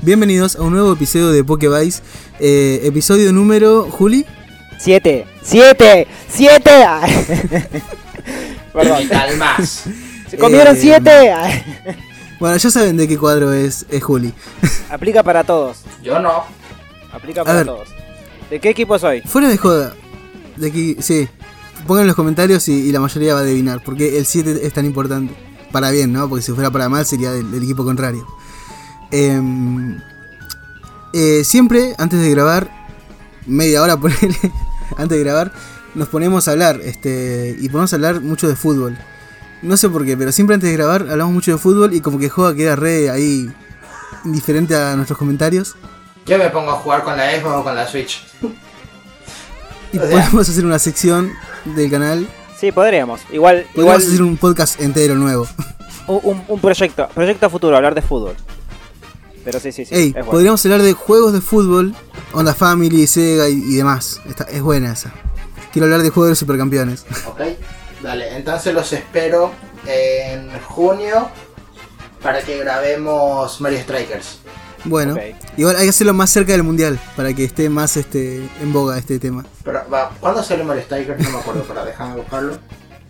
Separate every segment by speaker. Speaker 1: Bienvenidos a un nuevo episodio de Pokevice, eh, episodio número, Juli.
Speaker 2: 7, 7, 7. Perdón.
Speaker 3: Tal más.
Speaker 2: Se comieron
Speaker 1: Eh,
Speaker 2: 7.
Speaker 1: Bueno, ya saben de qué cuadro es, es Juli.
Speaker 2: Aplica para todos.
Speaker 3: Yo no.
Speaker 2: Aplica
Speaker 1: A
Speaker 2: para
Speaker 1: ver.
Speaker 2: todos. ¿De qué equipo soy?
Speaker 1: Fuera de joda, de aquí, sí, pongan en los comentarios y, y la mayoría va a adivinar, porque el 7 es tan importante. Para bien, ¿no? Porque si fuera para mal sería del, del equipo contrario. Em, eh, siempre, antes de grabar, media hora ponele, antes de grabar, nos ponemos a hablar, este, y ponemos a hablar mucho de fútbol. No sé por qué, pero siempre antes de grabar hablamos mucho de fútbol y como que Joda queda re ahí indiferente a nuestros comentarios.
Speaker 3: Yo me pongo a jugar con la Xbox o con la Switch.
Speaker 1: Y
Speaker 3: O sea-
Speaker 1: podemos hacer una sección del canal
Speaker 2: Sí, podríamos. Igual, igual
Speaker 1: Podríamos hacer un podcast entero nuevo.
Speaker 2: un, un- un proyecto, proyecto a futuro, hablar de fútbol. Pero sí, sí, sí.
Speaker 1: Ey,
Speaker 2: es bueno.
Speaker 1: podríamos hablar de juegos de fútbol, Onda Family, Sega y, y demás. Esta- es buena esa. Quiero hablar de juegos de supercampeones.
Speaker 3: Ok. Dale, entonces los espero en junio para que grabemos Mario Strikers.
Speaker 1: Bueno,
Speaker 2: Ok.
Speaker 1: igual hay que hacerlo más cerca del mundial para que esté más este en boga este tema.
Speaker 3: Pero, va, ¿Cuándo sale Mario Strikers? No me acuerdo, pero déjame buscarlo.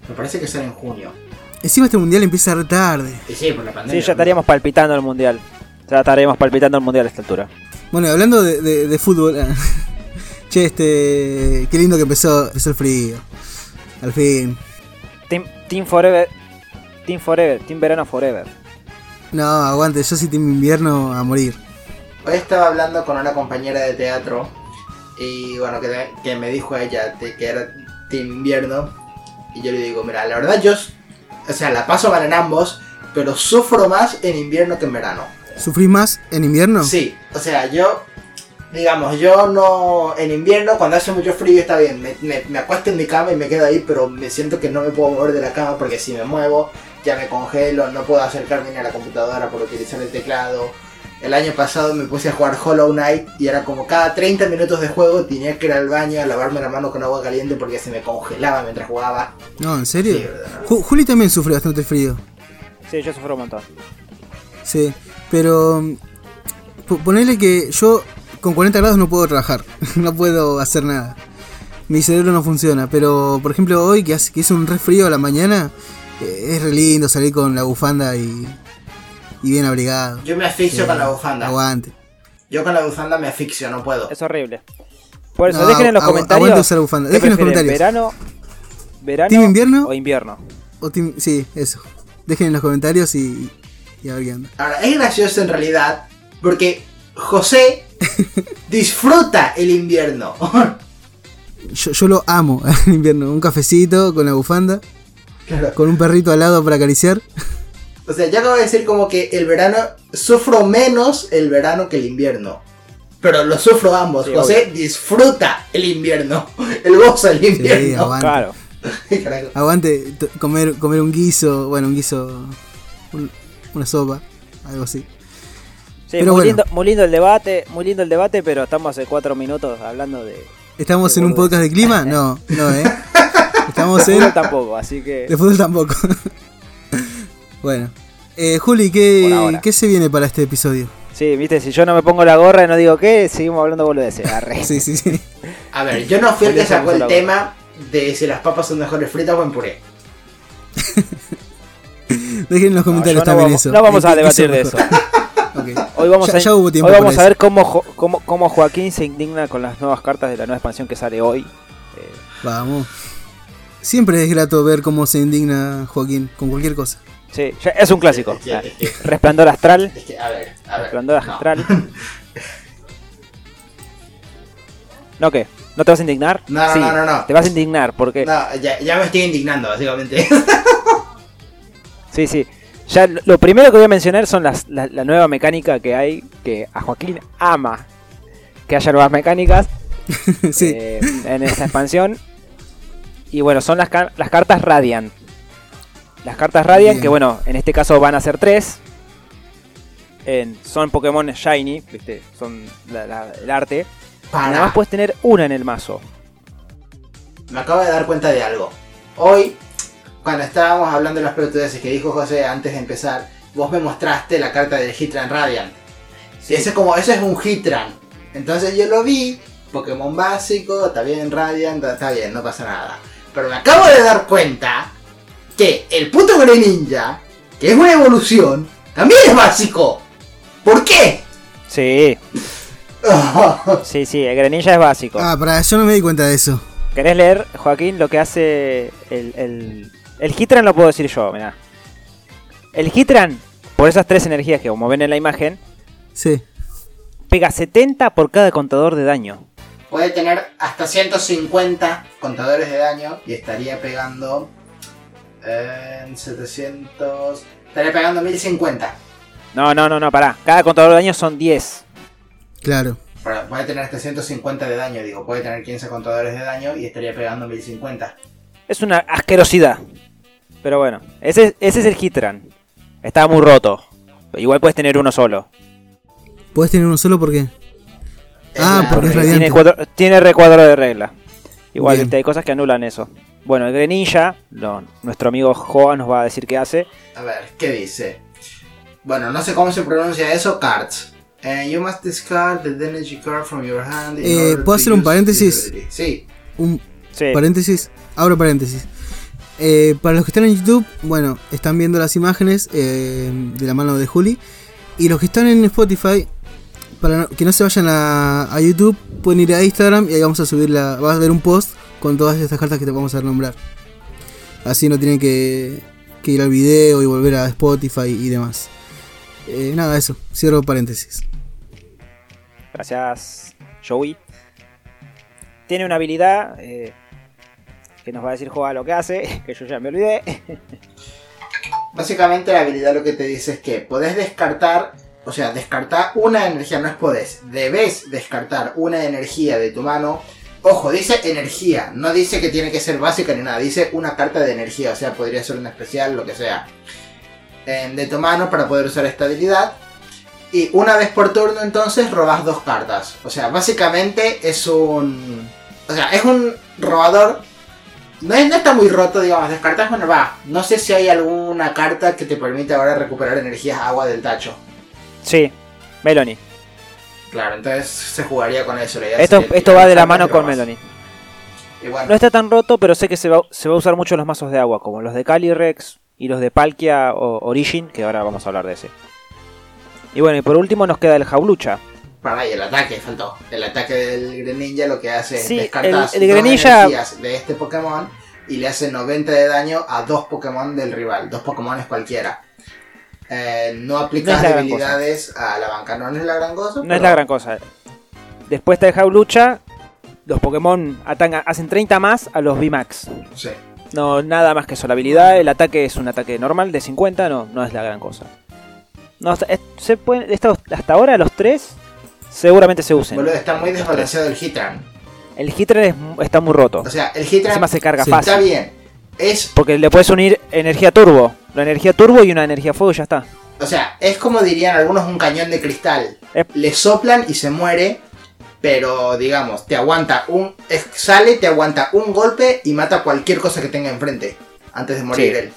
Speaker 3: Me parece que sale en junio.
Speaker 1: Encima este mundial empieza re tarde.
Speaker 3: Y sí, por la
Speaker 2: Sí,
Speaker 3: pandemia.
Speaker 2: ya estaríamos palpitando el mundial. Ya estaríamos palpitando el mundial a esta altura.
Speaker 1: Bueno, y hablando de, de- de fútbol. ah, che, este. Qué lindo que empezó, empezó el frío. Al fin.
Speaker 2: Team, team Forever. Team Forever. Team Verano Forever.
Speaker 1: No, aguante, yo sí tengo invierno a morir.
Speaker 3: Hoy estaba hablando con una compañera de teatro y bueno, que, que me dijo ella de que era Team Invierno y yo le digo, mira, la verdad yo, s- o sea, la paso mal en ambos, pero sufro más en invierno que en verano.
Speaker 1: ¿Sufrís más en invierno?
Speaker 3: Sí, o sea, yo, digamos, yo no, en invierno cuando hace mucho frío está bien, me, me- me acuesto en mi cama y me quedo ahí, pero me siento que no me puedo mover de la cama porque si me muevo ya me congelo, no puedo acercarme ni a la computadora por utilizar el teclado. El año pasado me puse a jugar Hollow Knight y era como cada 30 minutos de juego tenía que ir al baño a lavarme la mano con agua caliente porque se me congelaba mientras jugaba.
Speaker 1: No, ¿en serio?
Speaker 3: Sí, ¿verdad?
Speaker 1: Ju- Juli también sufre bastante frío.
Speaker 2: Sí, yo sufro un montón.
Speaker 1: Sí, pero mm, po- ponele que yo con 40 grados no puedo trabajar, no puedo hacer nada. Mi cerebro no funciona, pero por ejemplo hoy que, hace, que hizo un re frío a la mañana, eh, es re lindo salir con la bufanda y, y bien abrigado.
Speaker 3: Yo me asfixio
Speaker 1: Sí,
Speaker 3: con la bufanda.
Speaker 1: Aguante.
Speaker 3: Yo con la bufanda me asfixio, no puedo.
Speaker 2: Es horrible. Por eso,
Speaker 1: No,
Speaker 2: dejen en los
Speaker 1: agu-
Speaker 2: comentarios.
Speaker 1: aguante usar bufanda.
Speaker 2: ¿qué
Speaker 1: Dejen en los
Speaker 2: prefieren,
Speaker 1: comentarios.
Speaker 2: ¿Verano? ¿Verano?
Speaker 1: ¿Team invierno?
Speaker 2: O invierno.
Speaker 1: O tim- sí, eso. Dejen en los comentarios y, y a ver qué onda.
Speaker 3: Ahora, es gracioso en realidad porque José disfruta el invierno.
Speaker 1: Yo, yo lo amo en invierno. Un cafecito con la bufanda,
Speaker 3: claro.
Speaker 1: con un perrito al lado para acariciar.
Speaker 3: O sea, yo acabo de decir como que el verano, sufro menos el verano que el invierno. Pero lo sufro ambos.
Speaker 2: Sí,
Speaker 3: José disfruta el invierno. Él goza el
Speaker 1: Sí,
Speaker 3: invierno.
Speaker 1: aguante.
Speaker 2: Claro.
Speaker 3: Carajo.
Speaker 1: Aguante t- comer, comer un guiso, bueno, un guiso, un- una sopa, algo así.
Speaker 2: Sí,
Speaker 1: Pero
Speaker 2: muy,
Speaker 1: bueno.
Speaker 2: lindo, muy lindo el debate, muy lindo el debate, pero estamos hace cuatro minutos hablando de
Speaker 1: ¿Estamos
Speaker 2: Qué
Speaker 1: en un
Speaker 2: boludo.
Speaker 1: podcast de clima? No, no, ¿eh? Estamos en...
Speaker 2: fútbol tampoco, así que
Speaker 1: De fútbol tampoco. bueno. Eh, Juli, ¿qué,
Speaker 2: Por ahora.
Speaker 1: ¿qué se viene para este episodio?
Speaker 2: sí, viste, si yo no me pongo la gorra y no digo qué, seguimos hablando boludeces. Arre.
Speaker 1: Sí, sí, sí.
Speaker 3: A ver, yo no fui el
Speaker 2: Julián
Speaker 3: que sacó
Speaker 2: se puso
Speaker 3: el
Speaker 2: la
Speaker 3: tema de si las papas son mejores fritas o en puré.
Speaker 1: Dejen en los
Speaker 2: No, yo
Speaker 1: comentarios
Speaker 2: no
Speaker 1: también
Speaker 2: vamos,
Speaker 1: eso.
Speaker 2: no vamos
Speaker 1: ¿Qué-
Speaker 2: a
Speaker 1: qué
Speaker 2: debatir
Speaker 1: son
Speaker 2: de eso.
Speaker 1: mejor? Ok.
Speaker 2: Hoy vamos,
Speaker 1: Ya-
Speaker 2: a,
Speaker 1: ya hubo tiempo
Speaker 2: hoy vamos
Speaker 1: para
Speaker 2: a ver cómo, Jo- cómo, cómo Joaquín se indigna con las nuevas cartas de la nueva expansión que sale hoy. Eh,
Speaker 1: Vamos. Siempre es grato ver cómo se indigna Joaquín con cualquier cosa.
Speaker 2: sí, ya- es un clásico.
Speaker 3: Es que-
Speaker 2: Ah,
Speaker 3: es que-
Speaker 2: Resplandor astral,
Speaker 3: es que, a ver, a ver.
Speaker 2: resplandor
Speaker 3: no.
Speaker 2: astral. ¿No qué? ¿No te vas a indignar?
Speaker 3: No, no,
Speaker 2: sí,
Speaker 3: no, no, no.
Speaker 2: Te vas a indignar porque
Speaker 3: No, ya, ya me estoy indignando, básicamente.
Speaker 2: Sí, sí. Ya lo lo primero que voy a mencionar son las, la, la nueva mecánica que hay, que a Joaquín ama que haya nuevas mecánicas
Speaker 1: sí.
Speaker 2: eh, en esta expansión. Y bueno, son las, car- las cartas Radiant. Las cartas Radiant,
Speaker 1: Bien.
Speaker 2: que bueno, en este caso van a ser tres. En- son Pokémon Shiny, ¿viste? son la- la- el arte. Nada
Speaker 3: Para.
Speaker 2: más puedes tener una en el mazo.
Speaker 3: me acabo de dar cuenta de algo. Hoy, cuando estábamos hablando de las pelotudeces que dijo José antes de empezar, vos me mostraste la carta de Hitran Radiant. Y ese es como, ese es un Hitran. Entonces yo lo vi, Pokémon básico, está bien Radiant, está bien, no pasa nada. Pero me acabo de dar cuenta que el puto Greninja, que es una evolución, también es básico. ¿Por qué?
Speaker 2: Sí, sí, sí, el Greninja es básico.
Speaker 1: Ah, para, yo no me di cuenta de eso.
Speaker 2: ¿Querés leer, Joaquín, lo que hace el. El, el Hitran lo puedo decir yo, mirá. El Hitran, por esas tres energías que como ven en la imagen,
Speaker 1: Sí.
Speaker 2: pega 70 por cada contador de daño.
Speaker 3: Puede tener hasta 150 contadores de daño y estaría pegando eh, en 700... Estaría pegando 1050.
Speaker 2: No, no, no, no, pará. Cada contador de daño son 10.
Speaker 1: Claro.
Speaker 3: Pero puede tener hasta 150 de daño, digo. Puede tener 15 contadores de daño y estaría pegando 1050.
Speaker 2: Es una asquerosidad. Pero bueno, ese, ese es el Hitran. Está muy roto. Igual puedes tener uno solo.
Speaker 1: ¿Podés tener uno solo por qué? Ah,
Speaker 3: una-
Speaker 1: porque es radiante.
Speaker 2: tiene, cuadro- tiene recuadro de regla. Igual
Speaker 1: Bien.
Speaker 2: viste, hay cosas que anulan eso. Bueno, el Greninja, lo- nuestro amigo Joa nos va a decir qué hace.
Speaker 3: A ver, ¿qué dice? Bueno, no sé cómo se pronuncia eso, cards. Eh, you must discard the energy card from your hand. in
Speaker 1: Eh,
Speaker 3: order
Speaker 1: ¿puedo
Speaker 3: to
Speaker 1: hacer un
Speaker 3: use
Speaker 1: paréntesis?
Speaker 3: this ability. Sí.
Speaker 1: Un
Speaker 2: Sí.
Speaker 1: paréntesis. Abro paréntesis. Eh, para los que están en YouTube, bueno, están viendo las imágenes eh, de la mano de Juli. Y los que están en Spotify, para no- que no se vayan a, a YouTube, pueden ir a Instagram y ahí vamos a subir la. Vas a ver un post con todas estas cartas que te vamos a nombrar. Así no tienen que, que ir al video y volver a Spotify y demás. Eh, nada, eso. Cierro paréntesis.
Speaker 2: Gracias, Joey. Tiene una habilidad eh, que nos va a decir Joa lo que hace, que yo ya me olvidé.
Speaker 3: Básicamente la habilidad lo que te dice es que podés descartar, o sea, descartar una energía, no es podés, debes descartar una energía de tu mano. Ojo, dice energía, no dice que tiene que ser básica ni nada, dice una carta de energía, o sea, podría ser una especial, lo que sea, eh, de tu mano para poder usar esta habilidad. Y una vez por turno entonces robas dos cartas. O sea, básicamente es un... O sea, es un robador no, es- no está muy roto, digamos, descartas, bueno, va. No sé si hay alguna carta que te permite ahora recuperar energías agua del tacho.
Speaker 2: Sí, Melanie.
Speaker 3: Claro, entonces se jugaría con eso. la idea
Speaker 2: Esto,
Speaker 3: sería que
Speaker 2: esto va de la
Speaker 3: cartas
Speaker 2: mano
Speaker 3: y
Speaker 2: con
Speaker 3: robas.
Speaker 2: Melanie.
Speaker 3: Y bueno,
Speaker 2: No está tan roto, pero sé que se va, se va a usar mucho en los mazos de agua, como los de Calyrex y los de Palkia o Origin, que ahora vamos a hablar de ese. Y bueno, y por último nos queda el Jaulucha.
Speaker 3: para ahí el ataque, faltó. El ataque del Greninja lo que hace
Speaker 2: Sí,
Speaker 3: es descartas
Speaker 2: el- el
Speaker 3: dos
Speaker 2: Greninja-
Speaker 3: energías de este Pokémon y le hace 90 de daño a dos Pokémon del rival, dos Pokémones cualquiera. Eh, no aplicas
Speaker 2: No es la gran
Speaker 3: habilidades a la banca, no, no es la gran cosa.
Speaker 2: No es
Speaker 3: pero-
Speaker 2: la gran cosa. Después está el Jaulucha. Los Pokémon atacan- hacen 30 más a los VMAX.
Speaker 3: Sí.
Speaker 2: No, nada más que eso. La habilidad, el ataque es un ataque normal de 50, no, no es la gran cosa. No, hasta- es- se pueden, estos- hasta ahora los tres seguramente se usen.
Speaker 3: Boludo, está muy desbalanceado el Hitran.
Speaker 2: El Hitler es mu- está muy roto.
Speaker 3: O sea, el Hitran
Speaker 2: Encima se carga
Speaker 1: Sí.
Speaker 2: fácil.
Speaker 3: Está bien. Es,
Speaker 2: Porque le puedes unir energía turbo. La energía turbo y una energía fuego y ya está.
Speaker 3: o sea, es como dirían algunos un cañón de cristal.
Speaker 2: Ep.
Speaker 3: Le soplan y se muere, pero digamos, te aguanta un es- sale, te aguanta un golpe y mata cualquier cosa que tenga enfrente antes de morir
Speaker 2: Sí.
Speaker 3: él.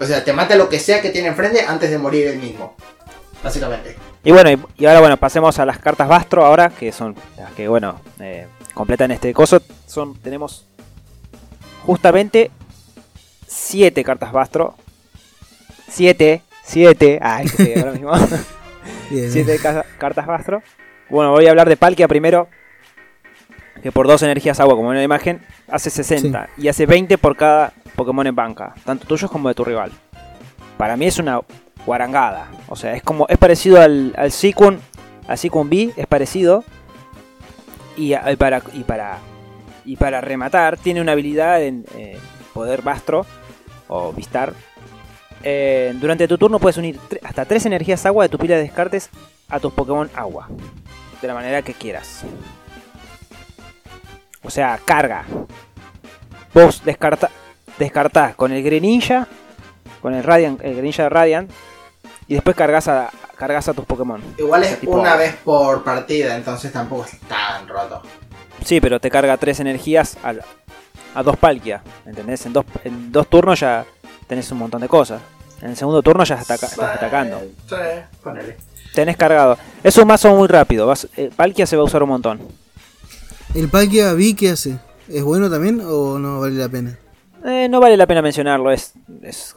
Speaker 3: O sea, te mata lo que sea que tiene enfrente antes de morir él mismo. Básicamente.
Speaker 2: Y bueno, y, y ahora bueno, pasemos a las cartas Bastro ahora, que son las que bueno, eh, completan este coso. Son, tenemos justamente 7 cartas Bastro. 7, 7, ay, que te digo ahora mismo.
Speaker 1: Bien.
Speaker 2: 7 cartas Bastro. Bueno, voy a hablar de Palkia primero. Que por dos energías agua, como en la imagen, hace 60. Y hace 20 por cada Pokémon en banca. Tanto tuyos como de tu rival. Para mí es una guarangada. O sea, es como. Es parecido al, al Sequin. Al Sequin B, es parecido. Y, a- y para. Y para. Y para rematar, tiene una habilidad en eh, poder Bastro. O Vistar. Eh, durante tu turno puedes unir tre- hasta tres energías agua de tu pila de descartes a tus Pokémon agua. De la manera que quieras. O sea, carga. Vos descarta, descartás con el Greninja. Con el Radiant, el Greninja de Radiant. Y después cargas a, cargas a tus Pokémon.
Speaker 3: Igual es
Speaker 2: Ese tipo-
Speaker 3: una vez por partida, entonces tampoco es tan roto.
Speaker 2: Sí, pero te carga tres energías a, la- a dos Palkia. ¿Entendés? En dos, en dos turnos ya tenés un montón de cosas. En el segundo turno ya estás, ataca- estás atacando.
Speaker 3: Sí, ponele.
Speaker 2: Tenés cargado. Es un mazo muy rápido. Vas, eh, Palkia se va a usar un montón.
Speaker 1: ¿El Palkia vi qué hace? ¿Es bueno también o no vale la pena?
Speaker 2: Eh, no vale la pena mencionarlo. Es, es-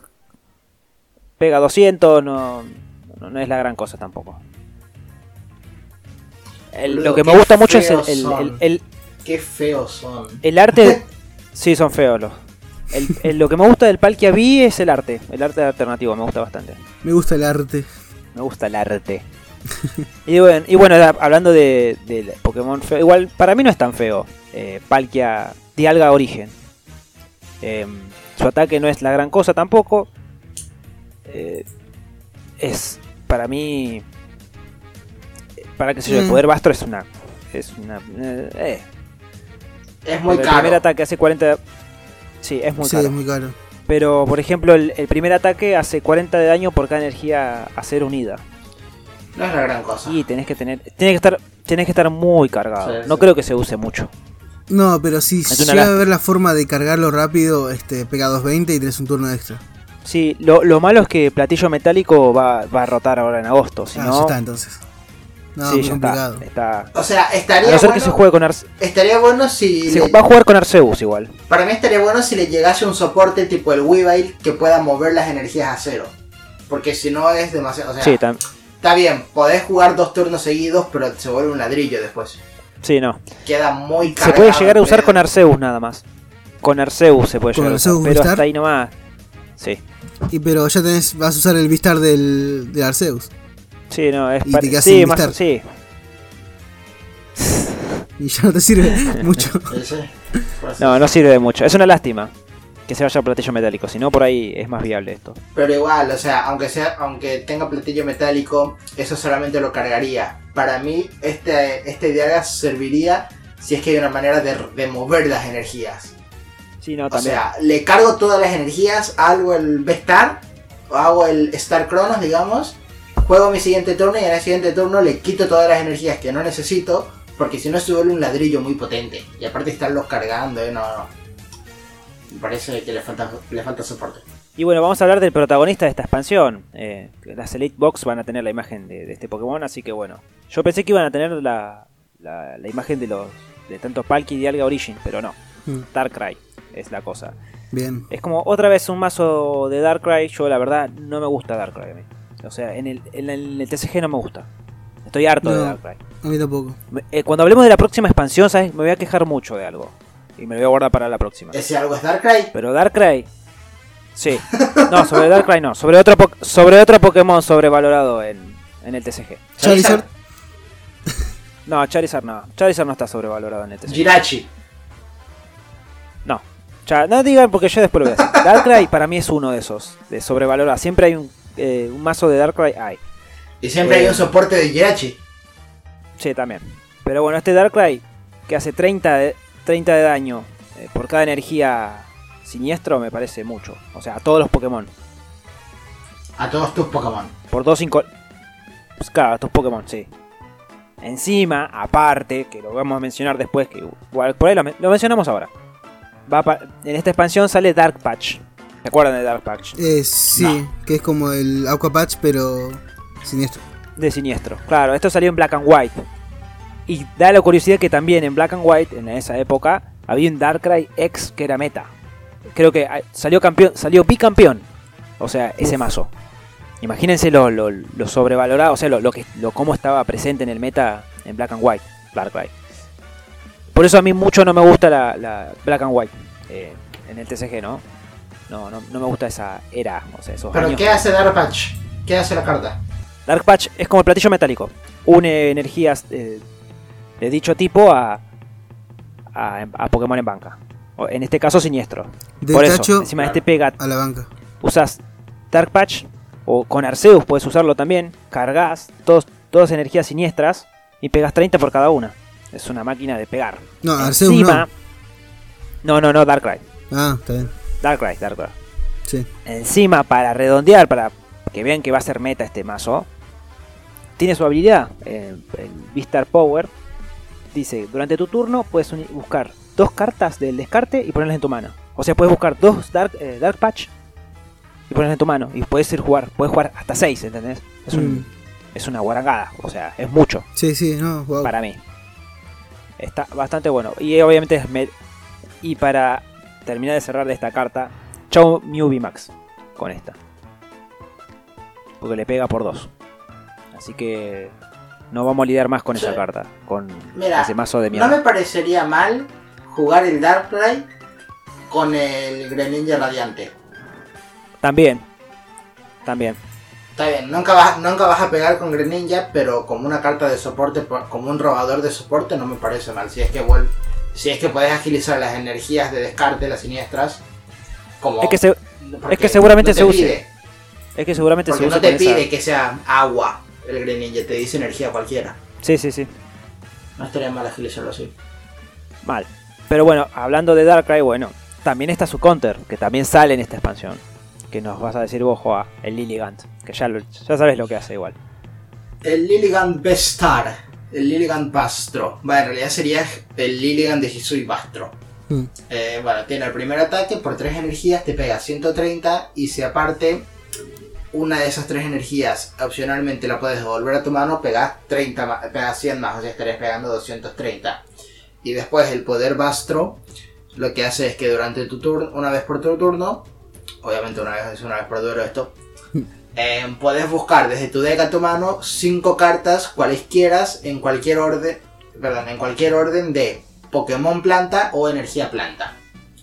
Speaker 2: Pega 200, no, no, no es la gran cosa tampoco. El- lo
Speaker 3: Boludo,
Speaker 2: que me
Speaker 3: qué
Speaker 2: gusta mucho es el-
Speaker 3: feos
Speaker 2: el- el-
Speaker 3: son.
Speaker 2: el,
Speaker 3: Qué feos son.
Speaker 2: El arte. Sí, son feos los. el- el- lo que me gusta del Palkia B es el arte. El arte alternativo me gusta bastante.
Speaker 1: Me gusta el arte.
Speaker 2: Me gusta el arte. y, bueno, y bueno, da- hablando de, del Pokémon feo, igual para mí no es tan feo. Eh, Palkia Dialga Origen. Eh, su ataque no es la gran cosa tampoco. Eh, es para mí. Para que se yo, el
Speaker 1: Mm.
Speaker 2: poder Bastro es una. Es una. eh, eh.
Speaker 3: Es muy
Speaker 2: Pero el
Speaker 3: caro.
Speaker 2: primer ataque hace 40. Sí, es muy
Speaker 1: sí,
Speaker 2: caro.
Speaker 1: es muy caro.
Speaker 2: Pero, por ejemplo, el, el primer ataque hace 40 de daño por cada energía a ser unida.
Speaker 3: No es la gran cosa.
Speaker 2: Y tenés que tener. Tenés que estar, tenés que estar muy cargado.
Speaker 3: Sí,
Speaker 2: no
Speaker 3: sí.
Speaker 2: creo que se use mucho.
Speaker 1: No, pero si
Speaker 2: Es
Speaker 1: llega
Speaker 2: una
Speaker 1: a
Speaker 2: lástima.
Speaker 1: ver la forma de cargarlo rápido, este, pega 220 y tenés un turno extra.
Speaker 2: Sí, lo, lo malo es que platillo metálico va, va a rotar ahora en agosto. Si
Speaker 1: ah, ya
Speaker 2: no.
Speaker 1: está entonces. No,
Speaker 2: sí,
Speaker 1: muy
Speaker 2: ya
Speaker 1: complicado.
Speaker 2: está, está.
Speaker 3: O sea,
Speaker 2: A
Speaker 3: estaría
Speaker 2: no ser
Speaker 3: bueno,
Speaker 2: que se juegue con Arce-
Speaker 3: estaría bueno si...
Speaker 2: se-
Speaker 3: le-
Speaker 2: va a jugar con Arceus igual.
Speaker 3: Para mí estaría bueno si le llegase un soporte tipo el Weavile que pueda mover las energías a cero. Porque si no es demasiado... O sea,
Speaker 2: Sí, tam-
Speaker 3: está bien, podés jugar dos turnos seguidos, pero se vuelve un ladrillo después.
Speaker 2: sí, no.
Speaker 3: Queda muy
Speaker 2: Se
Speaker 3: cargado.
Speaker 2: puede llegar a usar
Speaker 3: pero-
Speaker 2: con Arceus nada más. Con Arceus se puede
Speaker 1: ¿Con
Speaker 2: llegar a usar.
Speaker 1: Arceus
Speaker 2: Pero
Speaker 1: Vistar?
Speaker 2: hasta ahí nomás. Sí.
Speaker 1: Y pero ya tenés, vas a usar el Vistar del, del Arceus.
Speaker 2: Sí, no, es
Speaker 1: Y
Speaker 2: pa-
Speaker 1: te quedas
Speaker 2: sí,
Speaker 1: sin
Speaker 2: más,
Speaker 1: Vistar.
Speaker 2: sí.
Speaker 1: Y ya no te sirve mucho.
Speaker 3: Sí, sí. Por eso.
Speaker 2: No, no sirve de mucho. Es una lástima que se vaya a platillo metálico, si no por ahí es más viable esto.
Speaker 3: Pero igual, o sea, aunque sea, aunque tenga platillo metálico, eso solamente lo cargaría. Para mí, este, este diagra serviría si es que hay una manera de, de mover las energías.
Speaker 2: Sí, no,
Speaker 3: O
Speaker 2: también.
Speaker 3: sea, le cargo todas las energías, hago el B-Star, o hago el Star Cronos, digamos, juego mi siguiente turno y en el siguiente turno le quito todas las energías que no necesito, porque si no se vuelve un ladrillo muy potente. Y aparte estarlos cargando, eh, no, no. Me parece que le falta, le falta soporte.
Speaker 2: y bueno, vamos a hablar del protagonista de esta expansión. Eh, las Elite Box van a tener la imagen de, de este Pokémon, así que bueno. Yo pensé que iban a tener la, la- la imagen de los de tanto Palki y Alga Origin, pero no.
Speaker 1: Mm,
Speaker 2: Darkrai es la cosa.
Speaker 1: Bien.
Speaker 2: Es como otra vez un mazo de Darkrai. Yo la verdad no me gusta Darkrai a mí. O sea, en el, en el, en el TCG no me gusta. Estoy harto de
Speaker 1: No.
Speaker 2: Darkrai.
Speaker 1: A mí tampoco.
Speaker 2: Me- eh, cuando hablemos de la próxima expansión, ¿sabes? Me voy a quejar mucho de algo. Y me lo voy a guardar para la próxima.
Speaker 3: Ese algo es Darkrai.
Speaker 2: Pero Darkrai. Sí. No, sobre Darkrai no. Sobre otro, po- sobre otro Pokémon sobrevalorado en, en el TCG.
Speaker 1: Charizard.
Speaker 2: No, Charizard no. Charizard no está sobrevalorado en el TCG.
Speaker 3: Jirachi.
Speaker 2: No. Cha- no digan porque yo después lo voy a decir. Darkrai para mí es uno de esos. De sobrevalorado. Siempre hay un, eh, un mazo de Darkrai. Hay.
Speaker 3: Y siempre hay
Speaker 2: Eh.
Speaker 3: un soporte de Jirachi.
Speaker 2: Sí, también. Pero bueno, este Darkrai, que hace 30 de, 30 de daño eh, por cada energía siniestro, me parece mucho. O sea, a todos los Pokémon.
Speaker 3: A todos tus Pokémon.
Speaker 2: Por 2, 5... Pues claro, a todos Pokémon, sí. Encima, aparte, que lo vamos a mencionar después, que igual por ahí lo, men- lo mencionamos ahora. Va pa- en esta expansión sale Dark Patch. ¿Se acuerdan de Dark Patch?
Speaker 1: Eh, sí, que es como el Aqua Patch, pero siniestro.
Speaker 2: De siniestro. Claro, esto salió en Black and White. Y da la curiosidad que también en Black and White, en esa época, había un Darkrai X que era meta. Creo que ah, salió campeón, salió bicampeón. O sea, ese mazo. Imagínense lo, lo- lo sobrevalorado, o sea, lo, lo que lo cómo estaba presente en el meta en Black and White, Darkrai. Por eso a mí mucho no me gusta la, la Black and White eh, en el TCG, ¿no? No, no, no me gusta esa era, o sea, esos
Speaker 3: Pero
Speaker 2: años.
Speaker 3: ¿qué hace Dark Patch? ¿Qué hace la carta?
Speaker 2: Dark Patch es como el platillo metálico. Une energías eh, de dicho tipo a, a, a Pokémon en banca. O, en este caso, siniestro.
Speaker 1: Del
Speaker 2: Por eso,
Speaker 1: tacho
Speaker 2: encima de este pega,
Speaker 1: a la banca.
Speaker 2: usas Dark Patch o con Arceus puedes usarlo también. Cargas todos, todas energías siniestras y pegas 30 por cada una. Es una máquina de pegar.
Speaker 1: No, Ah, Arceus
Speaker 2: Encima- no, no, no, Darkrai.
Speaker 1: Ah, está bien.
Speaker 2: Darkrai, Darkrai.
Speaker 1: Sí.
Speaker 2: Encima, para redondear, para que vean que va a ser meta este mazo, tiene su habilidad, eh, el Vistar Power. Dice, durante tu turno puedes uni- buscar dos cartas del descarte y ponerlas en tu mano. O sea, puedes buscar dos Dark, eh, Dark Patch y pones en tu mano. Y puedes ir jugar, puedes jugar hasta 6, ¿entendés? Es, un-
Speaker 1: Mm.
Speaker 2: es una guarangada, o sea, es mucho
Speaker 1: Sí, sí, no, wow.
Speaker 2: para mí. Está bastante bueno. Y obviamente es me- Y para terminar de cerrar de esta carta, chau Newbie Max con esta. Porque le pega por dos. Así que no vamos a lidiar más con esa
Speaker 3: Sí.
Speaker 2: carta, con
Speaker 3: Mira,
Speaker 2: ese mazo de
Speaker 3: No
Speaker 2: mierda.
Speaker 3: me parecería mal jugar el Darkrai con el Greninja Radiante.
Speaker 2: También. También.
Speaker 3: Está bien, nunca vas, nunca vas a pegar con Greninja, pero como una carta de soporte, por- como un robador de soporte, no me parece mal. Si es que vuel- si es que puedes agilizar las energías de descarte, las siniestras, como...
Speaker 2: Es que, se-
Speaker 3: porque
Speaker 2: es que seguramente
Speaker 3: no te
Speaker 2: se use,
Speaker 3: pide,
Speaker 2: es que seguramente se
Speaker 3: porque
Speaker 2: usa
Speaker 3: no te
Speaker 2: con
Speaker 3: pide
Speaker 2: esa-
Speaker 3: que sea agua el Greninja, te dice energía cualquiera.
Speaker 2: Sí, sí, sí.
Speaker 3: No estaría mal agilizarlo así.
Speaker 2: Mal. Pero bueno, hablando de Darkrai, bueno, también está su counter, que también sale en esta expansión. Que nos vas a decir vos, Joa, el Lilligant. Que ya, lo- ya sabes lo que hace igual.
Speaker 3: El Lilligan Bestar, el Lilligan Bastro. Bueno, en realidad sería el Lilligan de Hisui Bastro.
Speaker 1: Mm.
Speaker 3: Eh, bueno, tiene el primer ataque por 3 energías, te pega 130 y si aparte una de esas 3 energías opcionalmente la puedes devolver a tu mano, pegas 30 ma- pegas 100 más, o sea, estarías pegando 230. Y después el poder Bastro lo que hace es que durante tu turno, una vez por tu turno, obviamente una vez es una vez por turno esto, eh, puedes buscar desde tu deck a tu mano 5 cartas cuales quieras en cualquier orden, perdón, en cualquier orden de Pokémon planta o energía planta.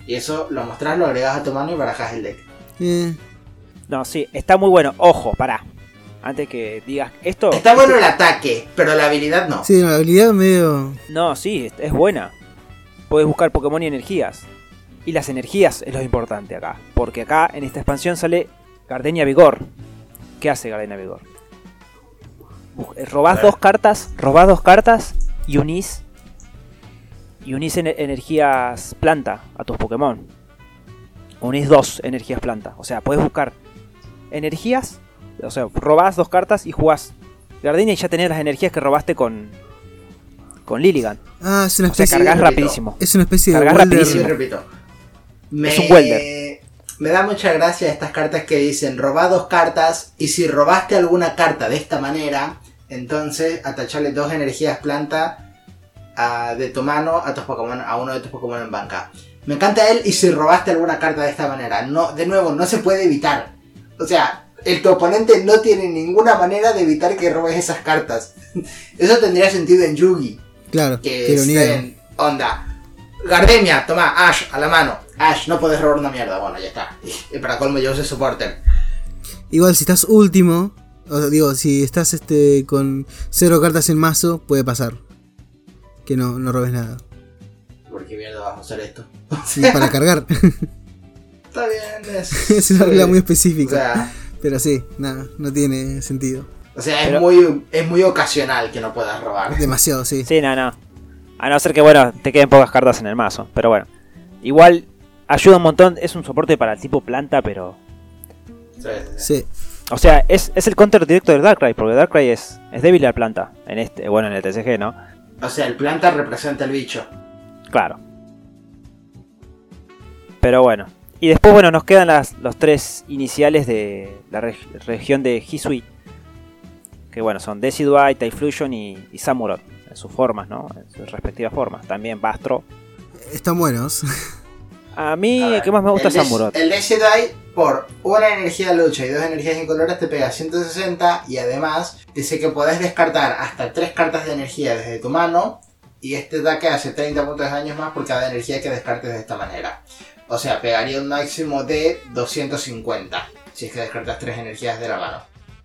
Speaker 3: Y eso lo mostrás, lo agregas a tu mano y barajas el deck.
Speaker 1: Eh,
Speaker 2: No, sí, está muy bueno. Ojo, pará. Antes que digas esto.
Speaker 3: Está bueno el ataque, pero la habilidad no.
Speaker 1: sí, no, la habilidad medio.
Speaker 2: No, sí, es- es buena. Puedes buscar Pokémon y energías. Y las energías es lo importante acá. Porque acá en esta expansión sale Gardenia Vigor. ¿Qué hace Gardenia Vigor? Bu- eh, Robás dos cartas, robás dos cartas y unís. Y unís ener- energías planta a tus Pokémon. Unís dos energías planta. O sea, puedes buscar energías. O sea, robás dos cartas y jugás Gardenia y ya tenés las energías que robaste con. con Lilligan.
Speaker 1: Ah, es una
Speaker 2: O sea,
Speaker 1: especie.
Speaker 2: cargas
Speaker 3: repito.
Speaker 2: rapidísimo.
Speaker 1: es una especie de.
Speaker 2: cargas
Speaker 1: Welder-
Speaker 3: Y
Speaker 2: rapidísimo.
Speaker 3: repito. Me,
Speaker 2: Es un welder.
Speaker 3: Me da mucha gracia estas cartas que dicen robá dos cartas y si robaste alguna carta de esta manera, entonces atacharle dos energías planta a- de tu mano a, tus Pokémon, a uno de tus Pokémon en banca. Me encanta él y si robaste alguna carta de esta manera. No, de nuevo, no se puede evitar. O sea, el tu oponente no tiene ninguna manera de evitar que robes esas cartas. Eso tendría sentido en Yugi
Speaker 1: Claro,
Speaker 3: que
Speaker 1: que lo
Speaker 3: es
Speaker 1: niegan.
Speaker 3: en onda. Gardemia, toma, Ash, a la mano. Ash, no podés robar una mierda. Bueno, ya está. Y para colmo yo soy supporter.
Speaker 1: Igual, si estás último. O sea, digo, si estás este con cero cartas en mazo, puede pasar. Que no, no robes nada.
Speaker 3: ¿Por qué mierda vas a usar esto?
Speaker 1: Sí, para cargar.
Speaker 3: Está bien, es...
Speaker 1: es una regla muy
Speaker 3: o
Speaker 1: específica.
Speaker 3: sea,
Speaker 1: Pero sí, nada, no tiene sentido.
Speaker 3: o sea,
Speaker 2: Pero-
Speaker 3: es, muy, es muy ocasional que no puedas robar.
Speaker 1: Demasiado, sí.
Speaker 2: Sí, no, no. A no ser que, bueno, te queden pocas cartas en el mazo. Pero bueno. Igual ayuda un montón. Es un soporte para el tipo planta, pero.
Speaker 3: Sí, sí,
Speaker 1: Sí,
Speaker 3: sí.
Speaker 2: O sea, es, es el counter directo del Darkrai. Porque Darkrai es, es débil a planta. En este, bueno, en el TCG, ¿no?
Speaker 3: O sea, el planta representa el bicho.
Speaker 2: Claro. Pero bueno. Y después, bueno, nos quedan las, los tres iniciales de la reg- región de Hisui. Que bueno, son Decidueye, Typhlosion y, y Samurott. En sus formas, ¿no? En sus respectivas formas. También Bastro. están
Speaker 1: buenos.
Speaker 2: A mí,
Speaker 3: A
Speaker 2: el
Speaker 3: ver,
Speaker 2: que más me gusta
Speaker 3: el
Speaker 2: es Samurott.
Speaker 3: Des- El Decidai, por una energía de lucha y dos energías incoloras, te pega 160 y además dice que podés descartar hasta tres cartas de energía desde tu mano y este ataque hace 30 puntos de daño más por cada energía que descartes de esta manera. O sea, pegaría un máximo de 250 si es que descartas tres energías de la mano.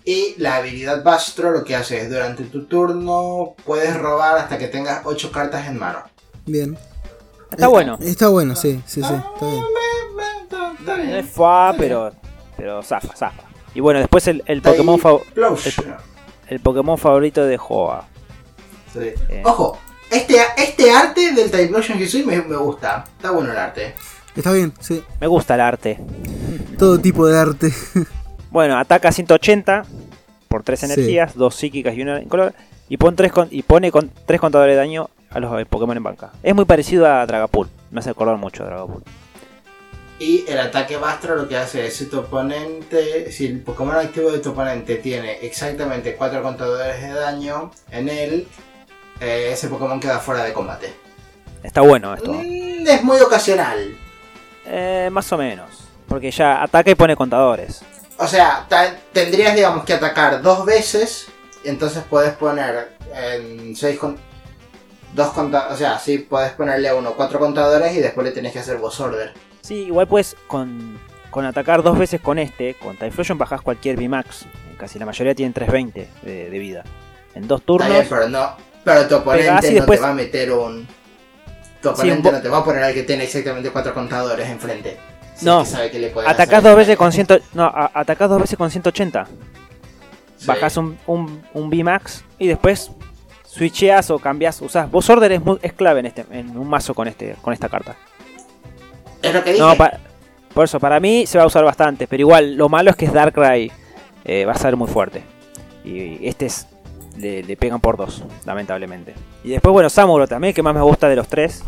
Speaker 3: Y la habilidad Bastro lo que hace es durante tu turno puedes robar hasta que tengas 8 cartas en mano.
Speaker 1: Bien. Eh,
Speaker 2: Está bueno.
Speaker 1: Está bueno, sí, sí, sí. Está bien.
Speaker 3: Ah,
Speaker 2: No es fa, pero, pero zafa, zafa. Y bueno, después el, el
Speaker 3: Está ahí
Speaker 2: Pokémon fav-
Speaker 3: Plouch.
Speaker 2: el Pokémon favorito de Joa.
Speaker 3: Sí.
Speaker 2: Eh.
Speaker 3: Ojo, este, este arte del Typhlosion Hisui me, me gusta. Está bueno el arte.
Speaker 1: Está bien, sí.
Speaker 2: Me gusta el arte.
Speaker 1: Todo tipo de arte.
Speaker 2: Bueno, ataca 180 por 3
Speaker 1: Sí.
Speaker 2: energías, 2 psíquicas y una en color. Y, pon tres con- y pone con 3 contadores de daño a los eh, Pokémon en banca. Es muy parecido a Dragapult. Me hace acordar mucho a Dragapult.
Speaker 3: Y el ataque Bastro lo que hace es si tu oponente, si el Pokémon activo de tu oponente tiene exactamente 4 contadores de daño en él, eh, ese Pokémon queda fuera de combate.
Speaker 2: Está bueno esto.
Speaker 3: Mm, es muy ocasional.
Speaker 2: Eh, más o menos. Porque ya ataca y pone contadores.
Speaker 3: O sea, ta- tendrías, digamos, que atacar dos veces. Y entonces puedes poner en seis con dos contadores. O sea, sí, puedes ponerle a uno cuatro contadores y después le tenés que hacer boss order.
Speaker 2: Sí, igual pues con, con atacar dos veces con este, con Typhlosion bajás cualquier VMAX. eh, Casi la mayoría tienen 320 de, de vida. En dos
Speaker 3: Está
Speaker 2: turnos.
Speaker 3: bien, pero no. Pero tu
Speaker 2: Pegás y
Speaker 3: oponente
Speaker 2: después-
Speaker 3: no te va a meter un.
Speaker 2: Sí, un
Speaker 3: Tu oponente
Speaker 2: bo-
Speaker 3: no te va a poner al que tiene exactamente cuatro contadores enfrente. Si
Speaker 2: No.
Speaker 3: es que sabe que le pueden
Speaker 2: Atacás
Speaker 3: hacer
Speaker 2: dos
Speaker 3: daño.
Speaker 2: veces con ciento, no, a- atacás dos veces con 180.
Speaker 3: Sí.
Speaker 2: Bajás un, un, un VMAX y después switcheas o cambias, usás. Boss Order es, mu- es clave en este, en un mazo con este, con esta carta.
Speaker 3: Es lo que dije.
Speaker 2: No, pa- por eso, para mí se va a usar bastante, pero igual, lo malo es que es Darkrai eh, va a ser muy fuerte. Y, este es, le, le pegan por dos, lamentablemente. Y después, bueno, Samuro también, que más me gusta de los tres.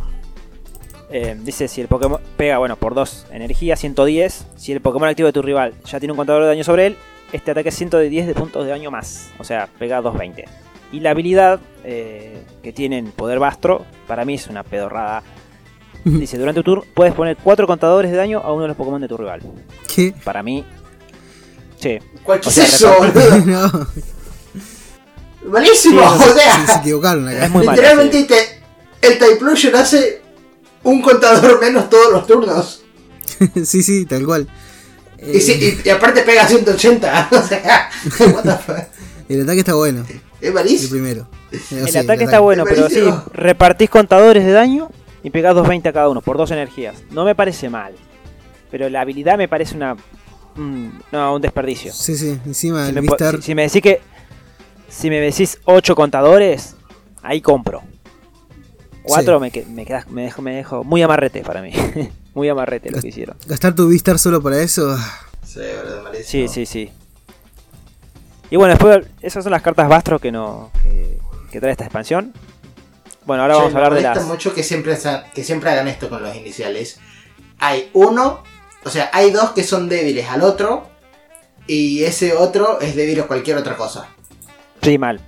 Speaker 2: Eh, dice si el Pokémon pega, bueno, por dos energía, 110. Si el Pokémon activo de tu rival ya tiene un contador de daño sobre él, este ataque es 110 de puntos de daño más. O sea, pega 220. Y la habilidad eh, que tienen Poder Bastro, para mí es una pedorrada. Dice, durante tu turno puedes poner cuatro contadores de daño a uno de los Pokémon de tu rival.
Speaker 1: ¿Qué?
Speaker 2: Para mí... Sí,
Speaker 3: ¿Cuál- ¿Qué
Speaker 2: o
Speaker 3: es
Speaker 2: sea,
Speaker 3: eso, boludo?
Speaker 1: no,
Speaker 3: ¡Buenísimo!
Speaker 2: Sí,
Speaker 3: o sea,
Speaker 1: se, se equivocaron
Speaker 2: es
Speaker 1: acá.
Speaker 2: muy malo.
Speaker 3: literalmente
Speaker 2: sí.
Speaker 3: te- el Typlosion hace un contador menos todos los turnos.
Speaker 1: sí, sí, tal cual.
Speaker 3: Y, sí, y- y aparte pega 180. O sea, what the fuck.
Speaker 1: El ataque está bueno,
Speaker 3: Es
Speaker 1: el
Speaker 3: malísimo.
Speaker 1: primero. Eh, o sea,
Speaker 2: El ataque está bueno,
Speaker 3: Me
Speaker 2: pero sí,
Speaker 3: pareció-
Speaker 2: repartís contadores de daño y pegás 220 a cada uno, por dos energías. No me parece mal, pero la habilidad me parece una... mm, no, un desperdicio.
Speaker 1: Sí, sí, encima
Speaker 2: Si
Speaker 1: el
Speaker 2: me, po-
Speaker 1: Vistar
Speaker 2: si- si me decís que... Si me decís 8 contadores, ahí compro. 4 me, que- me, quedás- me, dejo, me dejo muy amarrete para mí. muy amarrete lo que hicieron.
Speaker 1: Gastar tu Vistar solo para eso. ah,
Speaker 3: Sí, boludo,
Speaker 2: Sí,
Speaker 3: malísimo.
Speaker 2: sí, sí. Y bueno, después esas son las cartas Bastro que no que, que trae esta expansión. Bueno, ahora
Speaker 3: Che,
Speaker 2: vamos a
Speaker 3: me
Speaker 2: hablar de
Speaker 3: molesta
Speaker 2: las
Speaker 3: mucho que siempre, sa- que siempre hagan esto con los iniciales. Hay uno, o sea, hay dos que son débiles al otro. Y ese otro es débil a cualquier otra cosa.
Speaker 2: Sí, mal.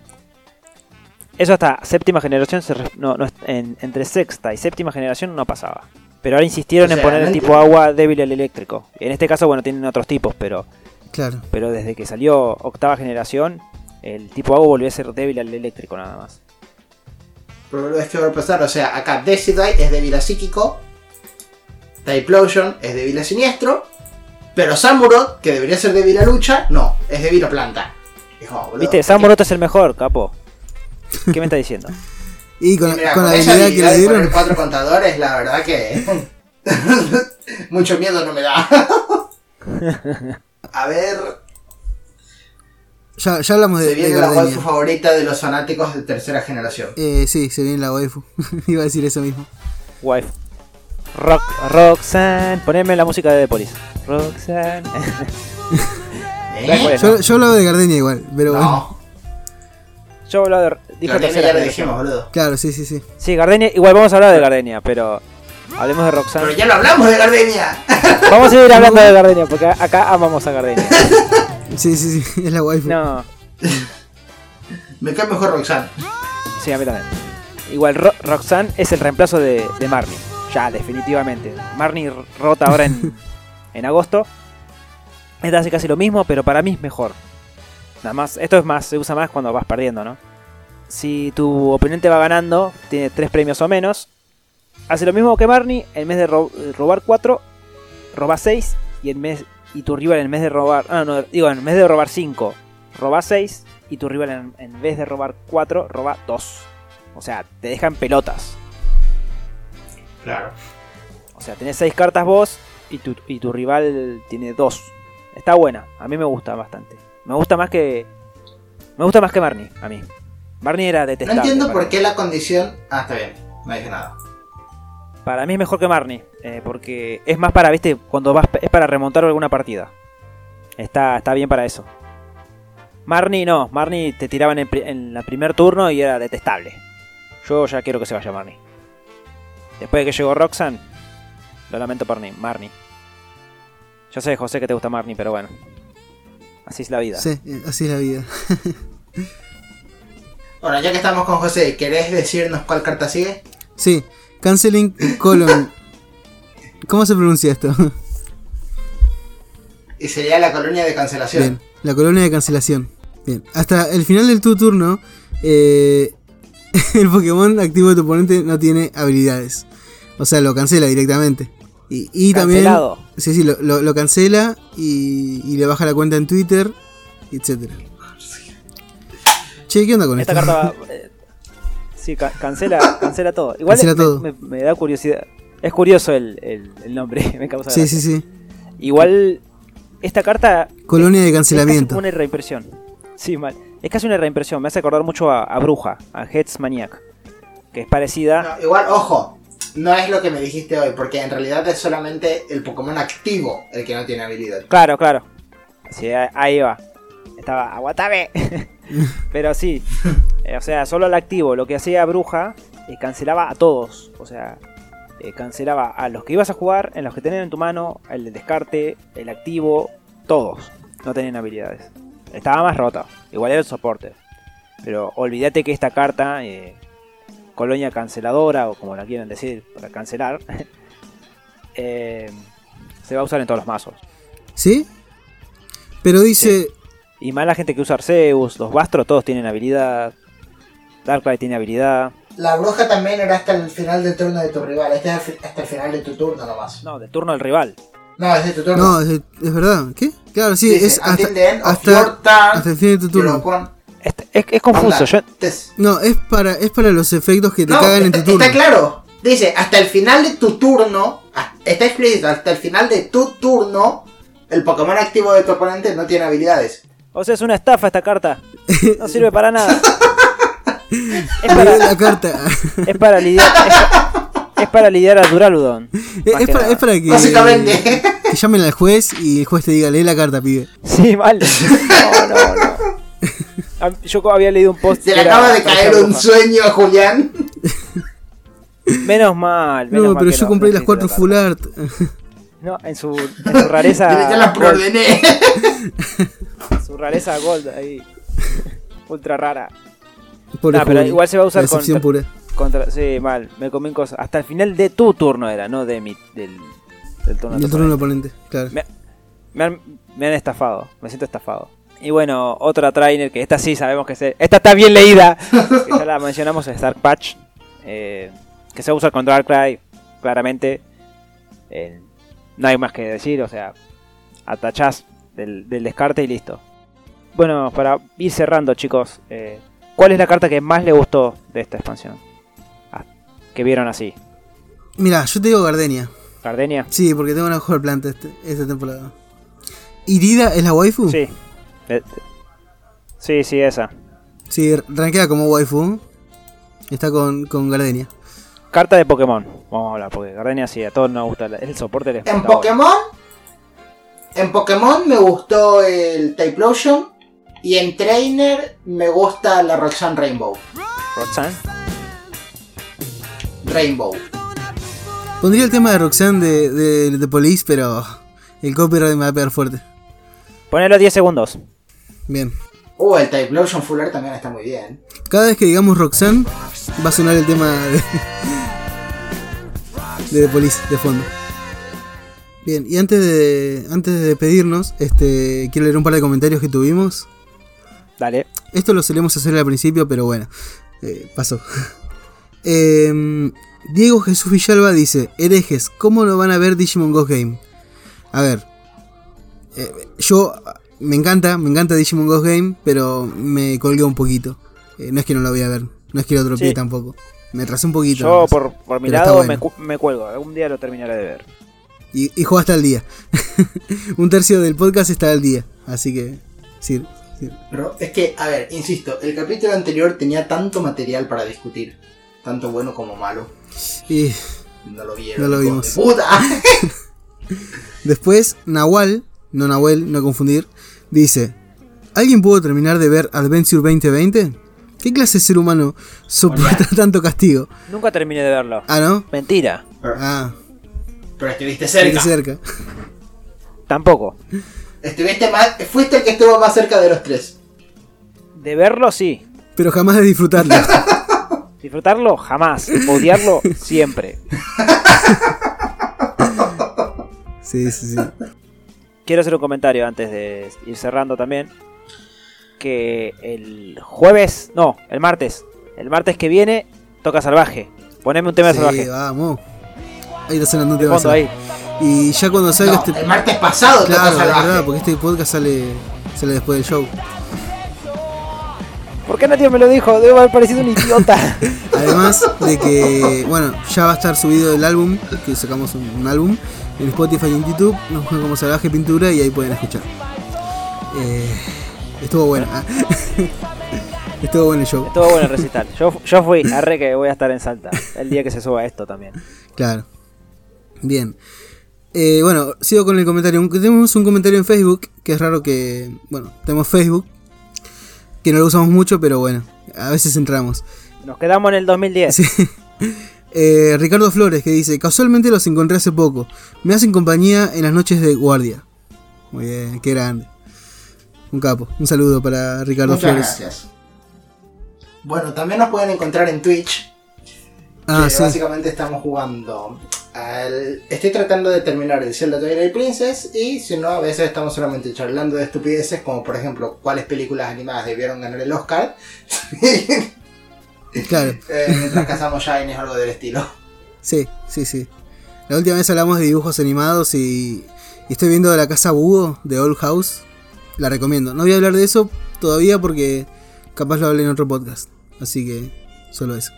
Speaker 2: Eso hasta séptima generación se re- no, no es- en- entre sexta y séptima generación no pasaba. Pero ahora insistieron
Speaker 3: O
Speaker 2: en
Speaker 3: sea,
Speaker 2: poner el
Speaker 3: no
Speaker 2: tipo agua débil al eléctrico. En este caso, bueno, tienen otros tipos, pero
Speaker 1: Claro.
Speaker 2: pero desde que salió octava generación, el tipo agua volvió a ser débil al eléctrico nada más.
Speaker 3: Pero boludo, es que va a pasar, o sea, acá Decidite es débil a psíquico. Typlosion es débil a siniestro. Pero Samurot, que debería ser débil a lucha, no, es débil a planta. Es como, boludo,
Speaker 2: ¿Viste? Samoroto es el mejor, capo. ¿Qué me está diciendo?
Speaker 1: Y con,
Speaker 3: Y mira,
Speaker 1: con la
Speaker 3: esa
Speaker 1: habilidad que le
Speaker 3: de poner
Speaker 1: dieron,
Speaker 3: cuatro contadores, la verdad que. mucho miedo no me da. A ver,
Speaker 1: ya, ya hablamos
Speaker 3: se
Speaker 1: de, de
Speaker 3: viene la waifu
Speaker 1: Gardenia.
Speaker 3: favorita de los fanáticos de tercera generación.
Speaker 1: Eh, sí, se viene la waifu. Iba a decir eso mismo.
Speaker 2: Wife. Rock, Roxanne. Poneme la música de The Police. Roxanne.
Speaker 3: ¿Eh?
Speaker 2: ¿Sabes cuál es,
Speaker 1: Yo,
Speaker 2: no?
Speaker 1: yo hablaba de Gardenia igual, pero Pues, bueno.
Speaker 3: No,
Speaker 2: Yo hablaba de. Dije tercera
Speaker 3: la ya lo
Speaker 2: generación.
Speaker 3: dijimos, boludo.
Speaker 1: Claro, sí, sí, sí.
Speaker 2: Sí, Gardenia. Igual vamos a hablar de Gardenia, pero. Hablemos de
Speaker 3: Pero
Speaker 2: Roxanne.
Speaker 3: ya lo hablamos de Gardenia.
Speaker 2: Vamos a ir hablando de Gardenia, porque acá amamos a Gardenia.
Speaker 1: Sí, sí, sí, es la waifu.
Speaker 2: No,
Speaker 3: Me cae mejor Roxanne.
Speaker 2: sí, a mí también. Igual Ro- Roxanne es el reemplazo de, de Marnie. Ya, definitivamente. Marnie r- rota ahora en, en agosto. Esta hace casi lo mismo, pero para mí es mejor. Nada más, esto es más, se usa más cuando vas perdiendo, ¿no? Si tu oponente va ganando, tiene tres premios o menos. Hace lo mismo que Marnie, en vez de ro- robar 4, roba 6 y en mes- y tu rival en vez de robar, ah no, digo, en vez de robar 5, roba 6 y tu rival en, en vez de robar 4, roba 2. O sea, te dejan pelotas.
Speaker 3: Claro.
Speaker 2: O sea, tenés 6 cartas vos y tu, y tu rival tiene 2. Está buena, a mí me gusta bastante. Me gusta más que me gusta más que Marnie, a mí. Marnie era
Speaker 3: No
Speaker 2: detestable.
Speaker 3: entiendo
Speaker 2: para
Speaker 3: por
Speaker 2: mí.
Speaker 3: qué la condición. Ah, está bien, no dije nada.
Speaker 2: Para mí es mejor que Marnie, eh, porque es más para, viste, cuando vas, es para remontar alguna partida. Está, está bien para eso. Marnie no, Marnie te tiraban en, pri- en la primer turno y era detestable. Yo ya quiero que se vaya Marnie. Después de que llegó Roxanne, lo lamento por ni- Marnie. Yo sé, José, que te gusta Marnie, pero bueno. Así es la vida.
Speaker 1: Sí, eh, así es la vida.
Speaker 3: Bueno, ya que estamos con José, ¿querés decirnos cuál carta sigue?
Speaker 1: Sí, Canceling Colon. ¿Cómo se pronuncia esto?
Speaker 3: Y sería la colonia de cancelación.
Speaker 1: Bien, la colonia de cancelación. Bien, hasta el final del tu turno, eh, el Pokémon activo de tu oponente no tiene habilidades. O sea, lo cancela directamente. Y, y también.
Speaker 2: Cancelado.
Speaker 1: Sí, sí, lo, lo- lo cancela y, y le baja la cuenta en Twitter, etcétera. Che, ¿qué onda con
Speaker 2: Esta
Speaker 1: esto?
Speaker 2: carta va. eh, sí, ca- cancela, cancela todo. Igual
Speaker 1: Cancela
Speaker 2: me,
Speaker 1: todo.
Speaker 2: me- me da curiosidad. Es curioso el, el- el nombre, me causa
Speaker 1: Sí,
Speaker 2: gracia.
Speaker 1: sí, sí.
Speaker 2: Igual, esta carta
Speaker 1: Colonia de
Speaker 2: es casi
Speaker 1: cancelamiento.
Speaker 2: como una reimpresión. Sí, mal. Es casi una reimpresión. Me hace acordar mucho a, a Bruja, a Heads Maniac. Que es parecida.
Speaker 3: No, igual, ojo, no es lo que me dijiste hoy, porque en realidad es solamente el Pokémon activo el que no tiene habilidad.
Speaker 2: Claro, claro. Sí, a- ahí va. Estaba aguatame. Pero sí. Eh, o sea, solo al activo. Lo que hacía Bruja eh, cancelaba a todos. O sea, eh, cancelaba a los que ibas a jugar, en los que tenían en tu mano, el del descarte, el activo, todos. No tenían habilidades. Estaba más rota. Igual era el soporte. Pero olvídate que esta carta, eh, colonia canceladora, o como la quieran decir, para cancelar, eh, se va a usar en todos los mazos.
Speaker 1: ¿Sí? Pero dice.
Speaker 2: Y más la gente que usa Arceus, los Bastros, todos tienen habilidad. Darkrai tiene habilidad.
Speaker 3: La bruja también era hasta el final del turno de tu rival, este es el fi- hasta el final de tu turno nomás.
Speaker 2: No, del turno del rival.
Speaker 3: No, es de tu turno.
Speaker 1: No, es, es verdad. ¿Qué? Claro, sí,
Speaker 3: Dice,
Speaker 1: es hasta,
Speaker 3: until the end of
Speaker 1: hasta-
Speaker 3: your turn,
Speaker 1: hasta el fin de tu
Speaker 3: you
Speaker 1: turno.
Speaker 3: know, con-
Speaker 2: Este- es, es confuso.
Speaker 3: Onda,
Speaker 2: Yo,
Speaker 3: tes-
Speaker 1: No, es para, es para los efectos que te
Speaker 3: No,
Speaker 1: cagan en
Speaker 3: está,
Speaker 1: tu turno.
Speaker 3: está claro. Dice, hasta el final de tu turno, ah, está explícito, hasta el final de tu turno, el Pokémon activo de tu oponente no tiene habilidades.
Speaker 2: o sea, es una estafa esta carta. No sirve para nada. es,
Speaker 1: Me dio
Speaker 2: para,
Speaker 1: la carta.
Speaker 2: es para lidiar. Es, pa- es para lidiar a Duraludon.
Speaker 1: es,
Speaker 2: más que
Speaker 1: para,
Speaker 2: nada.
Speaker 1: es para que,
Speaker 3: Básicamente.
Speaker 1: que llamen al juez y el juez te diga, lee la carta, pibe.
Speaker 2: Sí, vale. No, no, no. A- Yo había leído un post.
Speaker 3: Se
Speaker 2: que
Speaker 3: le
Speaker 2: era-
Speaker 3: acaba de
Speaker 2: parecía
Speaker 3: caer un
Speaker 2: bruja.
Speaker 3: sueño a Julián.
Speaker 2: Menos mal. menos
Speaker 1: No,
Speaker 2: mal
Speaker 1: pero
Speaker 2: que
Speaker 1: yo compré
Speaker 2: no
Speaker 1: las cuatro
Speaker 2: existe
Speaker 1: full
Speaker 2: la
Speaker 1: art.
Speaker 2: carta. No, en su, en su rareza.
Speaker 3: Ya ya las
Speaker 2: Gold.
Speaker 3: preordené.
Speaker 2: Su rareza gold ahí. Ultra rara.
Speaker 1: Pobre
Speaker 2: Ah, pero
Speaker 1: Juli.
Speaker 2: igual se va a
Speaker 1: La
Speaker 2: usar
Speaker 1: decepción
Speaker 2: contra-
Speaker 1: pura.
Speaker 2: Contra, sí, mal. Me comí cosas. Hasta el final de tu turno era, no de mi, del, del turno. de
Speaker 1: Del
Speaker 2: tu
Speaker 1: turno del
Speaker 2: oponente.
Speaker 1: oponente, claro.
Speaker 2: Me, me han, me han estafado. Me siento estafado. Y bueno, otra trainer que esta sí sabemos que se. Esta está bien leída. que ya la mencionamos en Stark Patch. eh, que se usa contra Darkrai, claramente. Eh, no hay más que decir, o sea, atachás del, del descarte y listo. Bueno, para ir cerrando, chicos, eh, ¿cuál es la carta que más le gustó de esta expansión? Ah, que vieron así.
Speaker 1: Mira, yo te digo Gardenia.
Speaker 2: ¿Gardenia?
Speaker 1: Sí, porque tengo una mejor planta este- esta temporada. ¿Irida es la waifu?
Speaker 2: Sí. Eh, Sí, sí, esa.
Speaker 1: Sí, rankea como waifu. Está con, con Gardenia.
Speaker 2: Carta de Pokémon. Vamos a hablar, porque Gardenia sí, a todos nos gusta. la- Es el soporte del
Speaker 3: En Pokémon. En Pokémon me gustó el Typlosion. Y en Trainer me gusta la Roxanne Rainbow.
Speaker 2: Roxanne.
Speaker 3: Rainbow.
Speaker 1: Pondría el tema de Roxanne de, de, de Police, pero el copyright me va a pegar fuerte.
Speaker 2: Ponelo 10 segundos.
Speaker 1: Bien.
Speaker 3: Uh, el Typlosion Fuller también está muy bien.
Speaker 1: Cada vez que digamos Roxanne, va a sonar el tema de, de The Police de fondo. Bien, y antes de, antes de despedirnos, este, quiero leer un par de comentarios que tuvimos.
Speaker 2: Dale.
Speaker 1: Esto lo solemos hacer al principio, pero bueno, eh, pasó. Em, Diego Jesús Villalba dice: Herejes, ¿cómo no van a ver Digimon Ghost Game? A ver, eh, yo me encanta, me encanta Digimon Ghost Game, pero me colgué un poquito. Eh, no es que no lo voy a ver, no es que lo tropié
Speaker 2: Sí.
Speaker 1: tampoco. Me atrasé un poquito.
Speaker 2: Yo,
Speaker 1: nomás.
Speaker 2: por, por mi
Speaker 1: Pero está
Speaker 2: lado,
Speaker 1: bueno.
Speaker 2: me, cu- me cuelgo. Algún día lo terminaré de ver.
Speaker 1: Y, y juego hasta el día. un tercio del podcast está al día, así que. Sí, sí.
Speaker 3: Pero es que, a ver, insisto, el capítulo anterior tenía tanto material para discutir. Tanto bueno como malo.
Speaker 1: Y-
Speaker 3: No lo vieron.
Speaker 1: No lo vimos.
Speaker 3: hijos de ¡Puta!
Speaker 1: Después, Nahual, no Nahuel, no confundir, dice: ¿Alguien pudo terminar de ver Adventure 2020? ¿Qué clase de ser humano soporta tanto castigo?
Speaker 2: Nunca terminé de verlo.
Speaker 1: Ah, ¿no?
Speaker 2: Mentira.
Speaker 3: Pero,
Speaker 1: Ah,
Speaker 3: pero estuviste
Speaker 1: estoy
Speaker 3: cerca.
Speaker 1: cerca.
Speaker 2: Tampoco.
Speaker 3: Estuviste más, fuiste el que estuvo más cerca de los tres.
Speaker 2: De verlo, sí.
Speaker 1: Pero jamás de disfrutarlo.
Speaker 2: Disfrutarlo, jamás. Odiarlo, siempre.
Speaker 1: Sí, sí, sí.
Speaker 2: Quiero hacer un comentario antes de ir cerrando también. Que el jueves, no, el martes. El martes que viene toca salvaje. Poneme un tema de
Speaker 1: Sí,
Speaker 2: salvaje.
Speaker 1: vamos. Ahí está sonando un
Speaker 2: De
Speaker 1: tema.
Speaker 2: fondo ahí.
Speaker 1: Y ya cuando salga
Speaker 3: No,
Speaker 1: este.
Speaker 3: el martes pasado te
Speaker 1: Claro,
Speaker 3: tocó
Speaker 1: la
Speaker 3: salvaje.
Speaker 1: verdad, porque este podcast sale, sale después del show.
Speaker 2: ¿Por qué nadie me lo dijo? Debo haber parecido un idiota.
Speaker 1: Además de que, bueno, ya va a estar subido el álbum, que sacamos un, un álbum en Spotify y en YouTube. Nos buscan como Salvaje Pintura y ahí pueden escuchar. Eh, estuvo bueno. ah. estuvo bueno el show,
Speaker 2: Estuvo bueno el recital. Yo, yo fui, arre que voy a estar en Salta. El día que se suba esto también.
Speaker 1: claro. Bien. Eh, bueno, sigo con el comentario. Un- Tenemos un comentario en Facebook, que es raro que. Bueno, tenemos Facebook, que no lo usamos mucho, pero bueno, a veces entramos.
Speaker 2: Nos quedamos en el 2010.
Speaker 1: Sí. Eh, Ricardo Flores que dice, casualmente los encontré hace poco. Me hacen compañía en las noches de guardia. Muy bien, qué grande. Un capo. Un saludo para Ricardo
Speaker 3: Muchas
Speaker 1: Flores.
Speaker 3: gracias. Bueno, también nos pueden encontrar en Twitch.
Speaker 1: Ah,
Speaker 3: que
Speaker 1: sí.
Speaker 3: básicamente estamos jugando. al- Estoy tratando de terminar el Zelda Twilight Princess. Y si no, a veces estamos solamente charlando de estupideces, como por ejemplo, cuáles películas animadas debieron ganar el Oscar. Eh,
Speaker 1: Claro.
Speaker 3: mientras cazamos Shines o algo del estilo.
Speaker 1: Sí, sí, sí. La última vez hablamos de dibujos animados y, y estoy viendo la casa Búho de Old House. La recomiendo. No voy a hablar de eso todavía porque capaz lo hablé en otro podcast. Así que solo eso.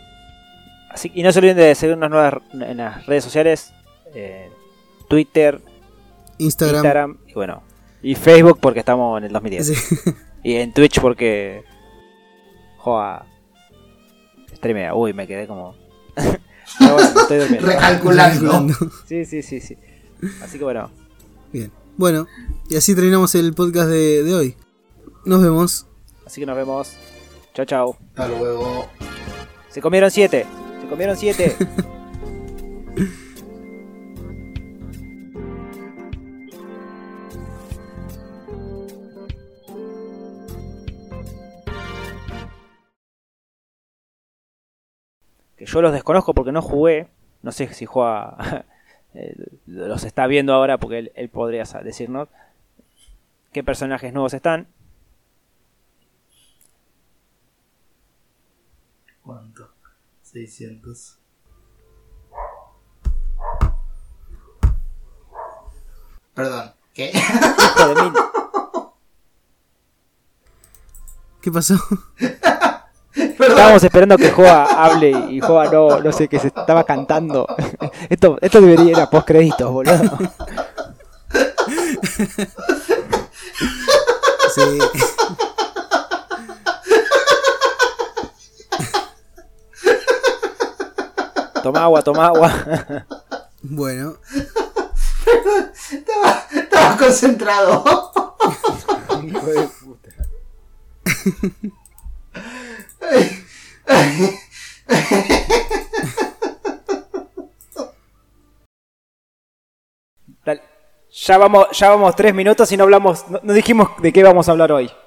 Speaker 2: Así, que- y no se olviden de seguirnos nuevas en las redes sociales. eh, Twitter,
Speaker 1: Instagram.
Speaker 2: Instagram y bueno. Y Facebook porque estamos en el 2010.
Speaker 1: Sí.
Speaker 2: Y en Twitch porque... Joa. Streamea. Uy, me quedé como... Pero bueno, estoy durmiendo.
Speaker 3: Recalculando.
Speaker 2: Sí, sí, sí, sí. Así que bueno.
Speaker 1: Bien. Bueno, y así terminamos el podcast de, de hoy. Nos vemos.
Speaker 2: Así que nos vemos. Chao, chao.
Speaker 3: Hasta luego.
Speaker 2: Se comieron siete. Se comieron siete. que yo los desconozco porque no jugué. No sé si juega. eh, los está viendo ahora porque él, él podría sa- decirnos qué personajes nuevos están.
Speaker 3: ¿Cuánto? 600. Perdón, ¿qué?
Speaker 2: Hijo de mil.
Speaker 1: ¿Qué pasó?
Speaker 2: Estábamos esperando que Joa hable y Joa no, no sé, que se estaba cantando. Esto, esto debería ir a postcréditos, boludo.
Speaker 1: Sí.
Speaker 2: Toma agua, toma agua.
Speaker 1: Bueno,
Speaker 3: Estaba, estaba concentrado.
Speaker 2: Dale. Ya vamos, ya vamos tres minutos y no hablamos, no, no dijimos de qué vamos a hablar hoy.